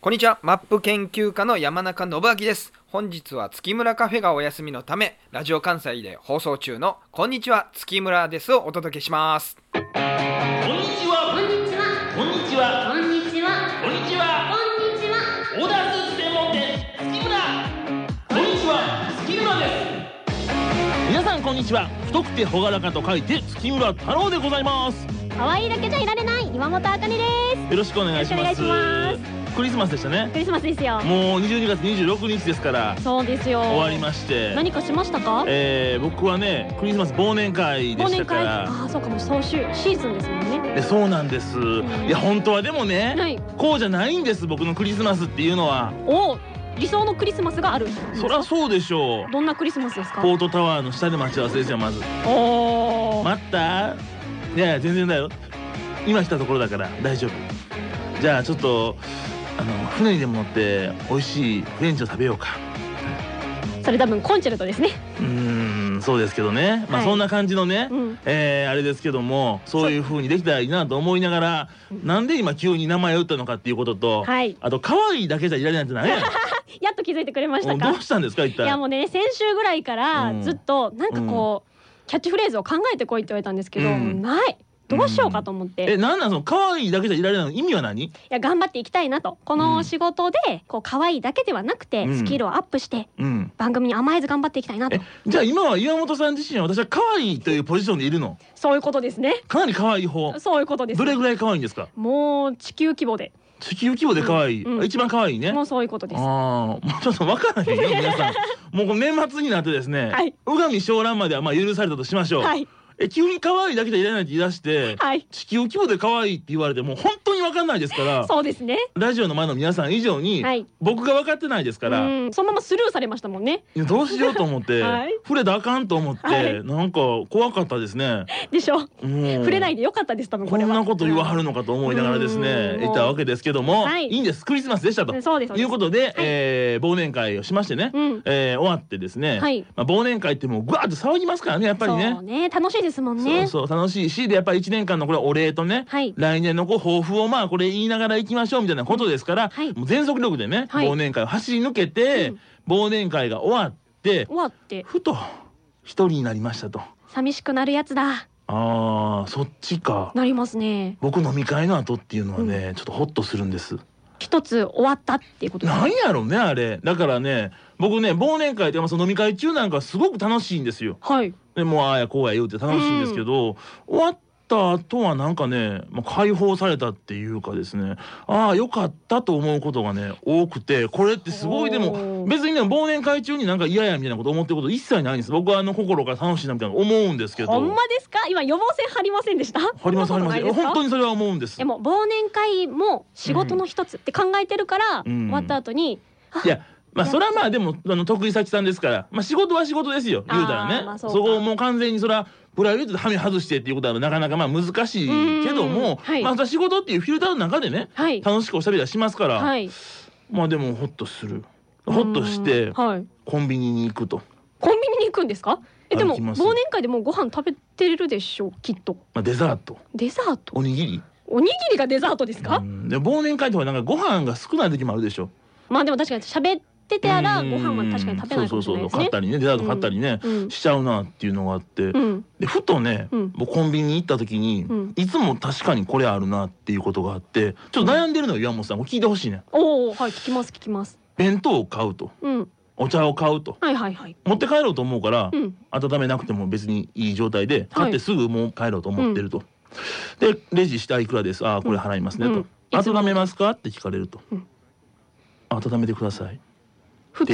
こんにちはマップ研究家の山中信明です本日は月村カフェがお休みのためラジオ関西で放送中のこんにちは月村ですをお届けしますこんにちは。こんにちは。こんにちは。こんにちは。こんにちは。オーこんにちは。ダースーツ専門店月村。こんにちは。月村です。皆さんこんにちは。太くて朗らかと書いて月村太郎でございます。可愛いだけじゃいられない岩本あかねです。よろしくお願いします。よろしくお願いしクリスマスでしたね。クリスマスですよ。もう22月26日ですからそうですよ。終わりまして。何かしましたか？えー、僕はねクリスマス忘年会で忘した年か会。ら。ああ、そうかも総集シーズンですもんね。でそうなんです。いや本当はでもね、はいこうじゃないんです僕のクリスマスっていうのは。おお、理想のクリスマスがある。そりゃそうでしょう。どんなクリスマスですか？ポートタワーの下で待ち合わせですよまずおお。待ったいやいや全然だよ今来たところだから大丈夫じゃあちょっとあの船にでも乗って美味しいフレンチを食べようかそれ多分コンチェルトですね。うーんそうですけどねまあはいそんな感じのね、うん。えーあれですけどもそういう風にできたらいいなと思いながらなんで今急に名前を打ったのかっていうことと、はい。あと可愛いだけじゃいられないんじゃない やっと気づいてくれましうたんか？どうしたんですか一いや体もうね先週ぐらいからうんずっとなんかこう、キャッチフレーズを考えてこいって言われたんですけど、うんないどうしようかと思って、えいなんなんその可愛いだけじゃいられないの意味は何や頑張っていきたいなとこうんの仕事でこう可愛いだけではなくて、うんスキルをアップしてうん番組に甘えず頑張っていきたいなとえじゃあ今は岩本さん自身は私は可愛いというポジションでいるのそういうことですねかなり可愛い方そういうことですどれぐらい可愛いんですかもう地球規模で地球規模で可愛い、うんうん一番可愛いねもうそういうことですああ、もうちょっとわから へんよ、皆さん。もうこの年末になってですね、はい宇上昇蘭まではまあ許されたとしましょう。はいえ、急に可愛いだけじゃいらないって言い出して、はい地球規模で可愛いって言われて、もう本当にわかんないですから、そうですねラジオの前の皆さん以上に、はい僕が分かってないですうから、んそのままスルーされましたもんねいやどうしようと思って、 はい触れたらあかんと思って、はいなんか怖かったですね。でしょ触触れないでよかったです多分ここれんはなこと言わはるのかと思いながらですうねん言ったわけですけども、、はいいいんですクリスマスでしたとうんそうですそうでいすうことで、えー忘年会をしましてね、うんえー終わってですね、はいまあ、忘年会ってもうぐわーっと騒ぎますからねやっぱりねそう。ね楽しいですもんねそうそう楽しいしでやっぱり1年間のこれお礼とね、はい来年のこう抱負をまあこれ言いながら行きましょうみたいなことですから、はいもう全速力でね、はい忘年会を走り抜けて、うん忘年会が終わって終わってふと一人になりましたと寂しくなるやつだあーそっちかなりますね僕飲み会の後っていうのはね、ちょっとホッとするんです一つ終わったっていうことですなんやろうねあれだからね僕ね忘年会ってまあその飲み会中なんかすごく楽しいんですよはいでもうああやこうや言うて楽しいんですけど、終わった後はなんかね、まあ、解放されたっていうかですねああよかったと思うことがね多くてこれってすごいでもおー別にね忘年会中になんか嫌やみたいなこと思ってること一切ないんです僕はあの心から楽しいなみたいな思うんですけどほんまですか今予防線張りませんでした張ります張りますそんなことないですか本当にそれは思うんですでも忘年会も仕事の一つって考えてるから、うん終わった後にいやまあそれはまあでもあの得意先さんですから、まあ、仕事は仕事ですよ言うたらあねーまあそそうかこをもう完全にそれはプライベートではめ外してっていうことはなかなかまあ難しいけどうーんも、はいまあそれは仕事っていうフィルターの中でねはい楽しくおしゃべりはしますから、はいまあでもホッとするホッとしてうんはいコンビニに行くと、コンビニに行くんですかえでも歩きます忘年会でもうご飯食べてるでしょうきっとまあ、デザートデザートおにぎりおにぎりがデザートですか、うんで忘年会とかなんかご飯が少ない時もあるでしょまあでも確かに喋ってたらうごん飯は確かに食べないかもしれないですそうそうそう買ねったりねデザート買ったりね、うんしちゃうなっていうのがあって、うんでふとね、うん僕コンビニに行った時に、うんいつも確かにこれあるなっていうことがあってちょっと悩んでるのよ岩本さんこれ聞いてほしいねおおはい聞きます聞きます弁当を買うとうんお茶を買うとはいはいはい持って帰ろうと思うから、うん温めなくても別にいい状態で買ってすぐもう帰ろうと思ってると、でレジ下いくらですああこれ払いますねうんと、うんいつも温めますかって聞かれると、うん温めてください普通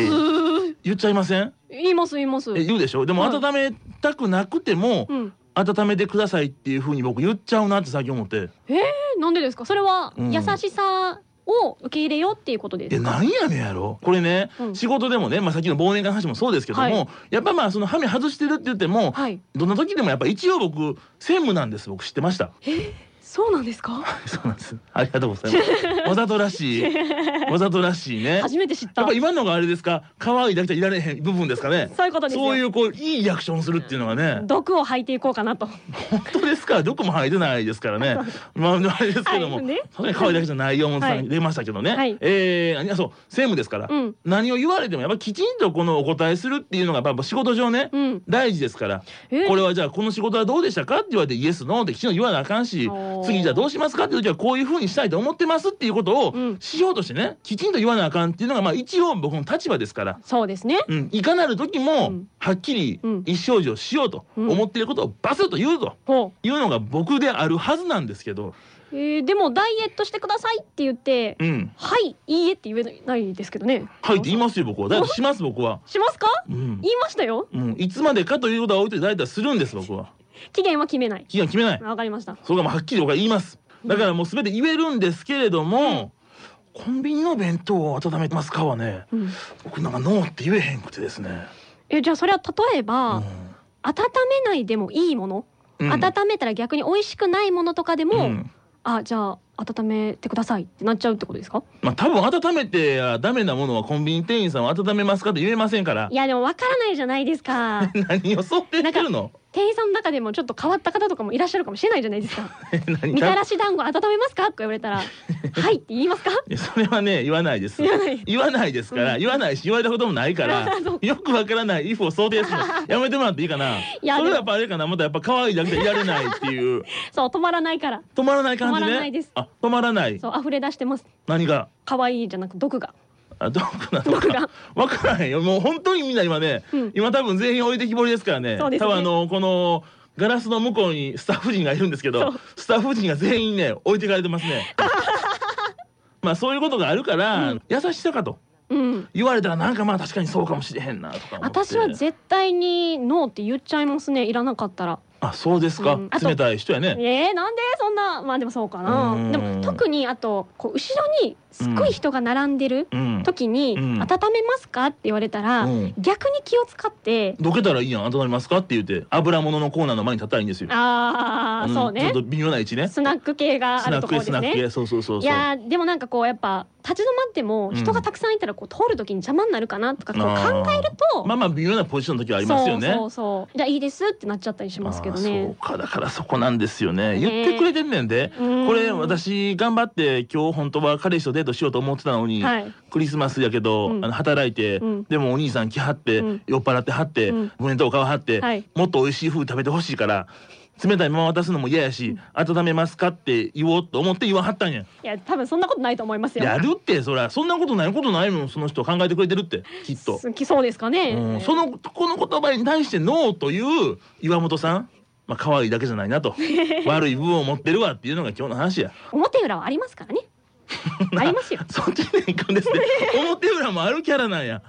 言っちゃいません言います言いますえ言うでしょでもはい温めたくなくても、うん温めてくださいっていうふうに僕言っちゃうなって最近思って。えなんでですかそれはうん優しさを受け入れようっていうことでいやすか、なんやねんやろこれね、うん仕事でもね、まあ、さっきの忘年会の話もそうですけども、はいやっぱまあそのハメ外してるって言っても、はいどんな時でもやっぱ一応僕専務なんです僕知ってましたそうなんですか。 そうなんです。ありがとうござい ます。わざとらしい。わざとらしいね。初めて知っやたっぱ。今のがあれですか。可愛いだけじゃいられへん部分ですかね。そういうことですよ。そういうこういいリアクションするっていうのがね。毒を吐いていこうかなと。本当ですか。どこも入れないですから ね。まああれですけどもはいね。それ可愛いだけじゃないよもさはんい出ましたけどね。はいええあそう専務ですから。うん何を言われてもやっぱきちんとこのお答えするっていうのがやっぱ仕事上ね。うん。大事ですから、えこれはじゃあこの仕事はどうでしたかって言われてイエスノーってきちんと言わなあかんしおー次じゃあどうしますかって時はこういうふうにしたいと思ってますっていうことをうんしようとしてねきちんと言わなあかんっていうのがまあ一応僕の立場ですから、そうですね。うん、いかなる時うもんはっきりうん一生児をしようとうん思っていることをバスッと言うとほいうのが僕であるはずなんですけど、う。えー、でもダイエットしてくださいって言って、うん、はい、いいえって言えないですけどね。はいって言いますよ僕はだってします僕は。しますか？うん言いましたよ。うん、いつまでかということは置いて大体するんです僕は期限は決めない。期限決めないわかりました。それがもうはっきり僕は言います。だからもうすべて言えるんですけれども、コンビニの弁当を温めてますかはね、うん。僕なんかノーって言えへんくてですね。えじゃあそれは例えば、う温めないでもいいもの、んうん温めたら逆に美味しくないものとかでも、うんあじゃあ温めてくださいってなっちゃうってことですかまあ多分温めてはダメなものはコンビニ店員さんは温めますかって言えませんからい。やでもわからないじゃないで すか何を想定してるの？店員さんの中でもちょっと変わった方とかもいらっしゃるかもしれないじゃないで すか何みたらし団子温めますかって言わ れたらはいって言いますかいやそれはね言わないです言わない言わないですから、言わないし言われたこともないから そうよくわからない if を想定するのやめてもらっていいか なやそれはでやっぱあれかなまたやっぱ可愛いだけでいられないっていうそう止まらないから止まらない感じね。止まらないですあ、止まらない。そう溢れ出してます何が。可愛いじゃなく毒があ、どこなの毒かが。わからへんよ。もう本当にみんな今ね、うん今多分全員置いてきぼりですからね。そうですね多分あの、この。ガラスの向こうにスタッフ陣がいるんですけそどう、スタッフ陣が全員ね、置いてかれてます ね。まあ、そういうことがあるから、うん優しさかとうん言われたら、なんかまあ、確かにそうかもしれへんなとか思って。私は絶対にノーって言っちゃいますねいらなかったらあ、そうですか。うんあと冷たい人やね。えー、なんでそんなまあでもそうかうんなでも特にあとこう後ろにすっごい人が並んでるうん。時にう「温んめますか?」って言われたらうん逆に気を使ってどけたらいいやん、温まりますかって言って、油物のコーナーの前に立ったらいいんですよ。あうあんちそうょねっと微妙な位置ね。スナック系があスるナとッこクろへスナですックね。へそうそうそうそういやーでもなんかこうやっぱ立ち止まってもうん人がたくさんいたらこう通る時に邪魔になるかなとかこう考えるとまあまあ微妙なポジションの時はあえりますよねそうそうそうじゃあいいですってなっちゃったりしますけどあーそうねかだからそこなんですよねね言ってくれてんねんでここれ私頑張って今日本当は彼氏とデートしようと思ってたのに、はいクリスマスやけど、うんあの働いて、うんでもお兄さん来はって、うん酔っ払ってはって、うん胸とお顔はって、はいもっと美味しい風食べてほしいから冷たいまま渡すのも嫌やし、温めますかって言おうと思って言わはったんやいや多分そんなことないと思いますよやるってそりゃそんなことないことないもんその人考えてくれてるってきっと。好きそうですかうねん、そのこの言葉に対してノーという岩本さんまあ可愛いだけじゃない なと悪い部分を持ってるわっていうのが今日の話や表裏はあります からねありますよそっちに行くん ですね表裏もあるキャラなんや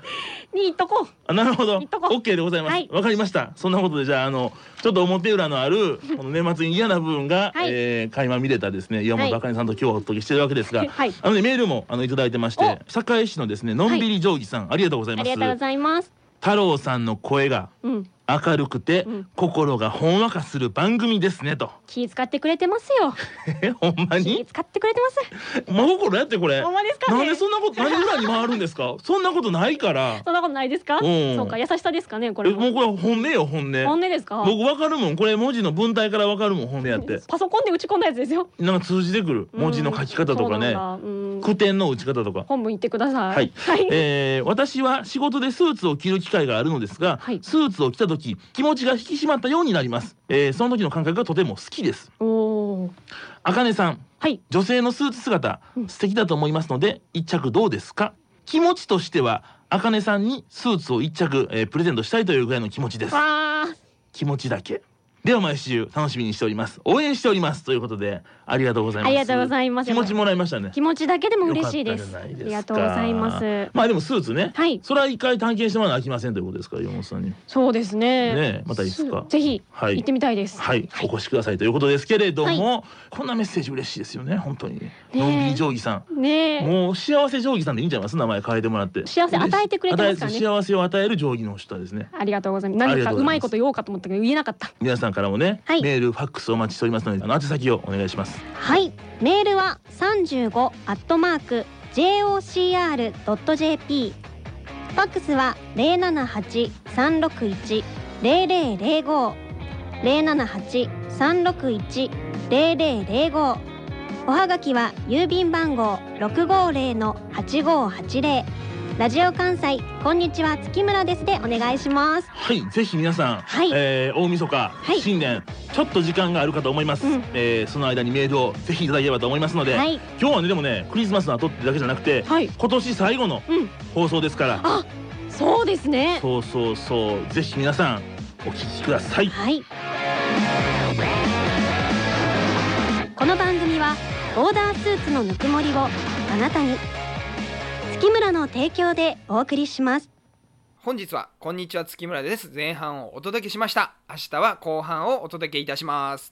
に言っとこうあなるほど行っとこう OK でございますわは、いかりましたそんなことでじゃああのちょっと表裏のあるこの年末に嫌な部分が、 はいえー垣間見れたですね岩本あかねさんと今日はお届けしてるわけですが、はいあのねメールもあのいただいてまして堺市のですねのんびり定規さん、ありがとうございあまりすがとうございます太郎さんの声がうん明るくて、うん心がほんわかする番組ですね と気使ってくれてますよえほんま気に使ってくれてます真心やってこれほんまですかなんねでそんな こと何裏に回るんですかそんなことないからそんなことないですかうんそうか優しさですかねこえれもうもこれ本音よ本音本音ですか僕わかるもんこれ文字の文体からわかるもん本音やってパソコンで打ち込んだやつですよなんか通じてくるうん 文字の書き方とかそうねなんだうん句点の打ち方とか本文言ってくださいはいはいえー私は仕事でスーツを着る機会があるのですが、はいスーツを着た時気持ちが引き締まったようになります、えーその時の感覚がとても好きですおーあかねさんはい女性のスーツ姿うん素敵だと思いますので一着どうですか気持ちとしてはあかねさんにスーツを一着、えープレゼントしたいというぐらいの気持ちですわー気持ちだけでは毎週楽しみにしております応援しておりますということでありがとうございますありがとうございます気持ちもらいましたね気持ちだけでも嬉しいですよかったじゃあないりですかがとうございますまあでもスーツねはいそれは一回探検してもらわなあきませんということですから山本さんにそうですねねえまたいいですかぜひはい行ってみたいですはい、お越しくださいということですけれども、こんなメッセージ嬉しいですよね本当にのんびり定規さんねえもう幸せ定規さんでいいんちゃいます名前変えてもらって幸せ与えてくれてますからね与え幸せを与える定規の人ですねありがとうございます。あり何がかとううござまいいますこと言おうかと思ったけど言えなかった。皆さんさんからもね、はいメールファックスお待ちしておりますのであの宛先をお願いしますはい、メールは三十五アットマーク J. O. C. R. ドット J. P.。ファックスは零七八三六一零零零五。零七八三六一零零零五。おはがきは郵便番号六五零の八五八零。ラジオ関西、こんにちは月村ですでお願いします。はいぜひ皆さん、はいえー大晦日、い新年ちょっと時間があるかと思います、うんえーその間にメールをぜひいただければと思いますので、はい、今日はねでもねクリスマスの後ってだけじゃなくてはい。今年最後のうん放送ですから、あ、そうですね。そうそうそうぜひ皆さんお聞きくださいはい。この番組はオーダースーツのぬくもりをあなたに月村の提供でお送りします。本日はこんにちは月村です前半をお届けしました明日は後半をお届けいたします